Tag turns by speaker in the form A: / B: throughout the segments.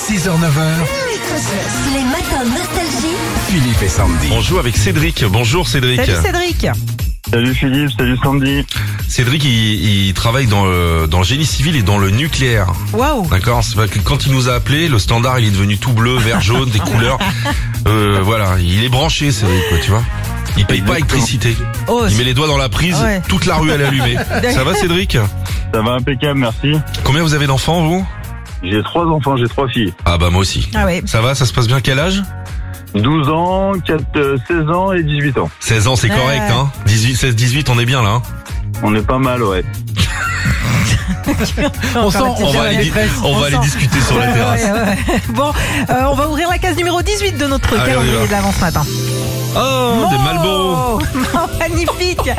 A: 6h-9h,
B: Les matins nostalgie.
A: Philippe et Sandy.
C: On joue avec Cédric. Bonjour Cédric.
D: Salut Cédric.
E: Salut Philippe, salut Sandy.
C: Cédric, il, il travaille dans le, dans le génie civil et dans le nucléaire.
D: Waouh.
C: D'accord C'est vrai que Quand il nous a appelé, le standard, il est devenu tout bleu, vert, jaune, des couleurs. Euh, voilà, il est branché Cédric, quoi, tu vois. Il paye pas
E: Exactement.
C: électricité.
D: Oh,
C: Il met les doigts dans la prise,
D: Ouais.
C: toute la rue elle est allumée. Ça va Cédric
E: Ça va impeccable, merci.
C: Combien vous avez d'enfants vous
E: J'ai trois enfants, j'ai trois filles.
C: Ah bah moi aussi.
D: ah ouais.
C: Ça va, ça se passe bien quel âge
E: 12 ans, 4, euh, 16 ans et 18 ans.
C: 16 ans c'est correct
D: Ouais.
C: hein 18, 16, 18 on est bien là hein
E: On est pas mal, ouais.
D: Encore
A: sent-
D: la petite
C: On va
D: Java
C: aller,
D: détresse.
C: on va aller
D: sent.
C: discuter sur la
D: Ouais,
C: terrasse.
D: ouais, ouais. Bon, euh, on va ouvrir la case numéro 18 de notre
C: Allez, on y va.
D: calendrier de l'avant ce matin.
C: Oh, des Malboro
D: Oh, Magnifique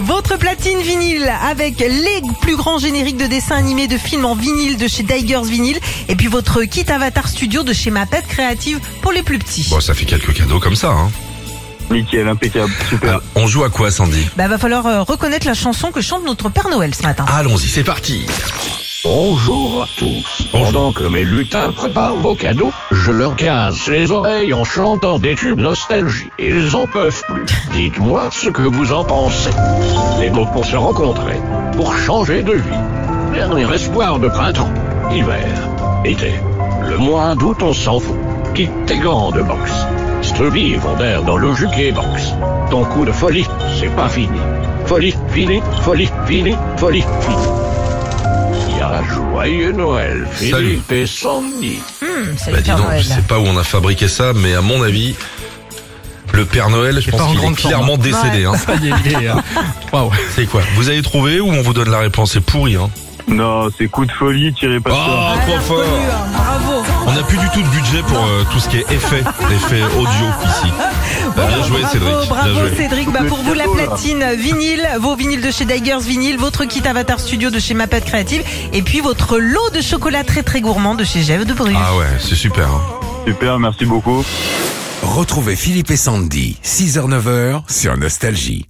D: Votre platine vinyle avec les plus grands génériques de dessins animés, de films en vinyle de chez Digers Vinyl et puis votre kit Avatar Studio de chez Mapette Créative pour les plus petits.
C: Bon, ça fait quelques cadeaux comme ça. Hein.
E: Nickel, impeccable, super.
C: Alors, on joue à quoi, Sandy
D: Bah va falloir euh, reconnaître la chanson que chante notre Père Noël ce matin.
A: Ah,
C: Allons-y, c'est parti.
F: Bonjour à tous. Pendant que mes lutins préparent vos cadeaux, je leur casse les oreilles en chantant des tubes nostalgie. Ils en peuvent plus. Dites-moi ce que vous en pensez. Les mots pour se rencontrer, pour changer de vie. Dernier espoir de printemps, hiver, été. Le mois d'août, on s'en fout. Quitte tes gants de boxe. Stubby Vandère dans le Juquet Box. Ton coup de folie, c'est pas fini. Folie, fini, folie, fini, folie, fini. Il y a joyeux Noël,
C: Salut.
F: Philippe et Sandy.
D: Hum, salut
C: Bah, dis
D: Père
C: donc,
D: Noël.
C: je sais pas où on a fabriqué ça, mais à mon avis, le Père Noël, je
A: est pas en
C: pense qu'il est
A: grande forme,
C: clairement décédé. Hein.
A: Ça y est, il est, hein. Waouh.
C: C'est quoi Vous avez trouvé ou on vous donne la réponse C'est pourri. Hein.
E: Non, c'est coup de folie, tirez pas
C: Oh,
E: de sort.
D: Ah,
C: trop
D: l'inconnu,
C: fort
D: hein. Bravo
C: On n'a plus du tout de budget pour euh, tout ce qui est effet, effet audio ici. Bah, bien joué,
D: bravo,
C: Cédric.
D: Bravo,
C: Bien joué.
D: Cédric. Bah, pour vous, la platine vinyle, vos vinyles de chez Digers Vinyl, votre kit Avatar Studio de chez Mapet Créative, et puis votre lot de chocolat très très gourmand de chez Gève de Bruges.
C: Ah ouais, c'est super. hein.
E: Super, merci beaucoup.
A: Retrouvez Philippe et Sandy, 6h-9h, sur Nostalgie.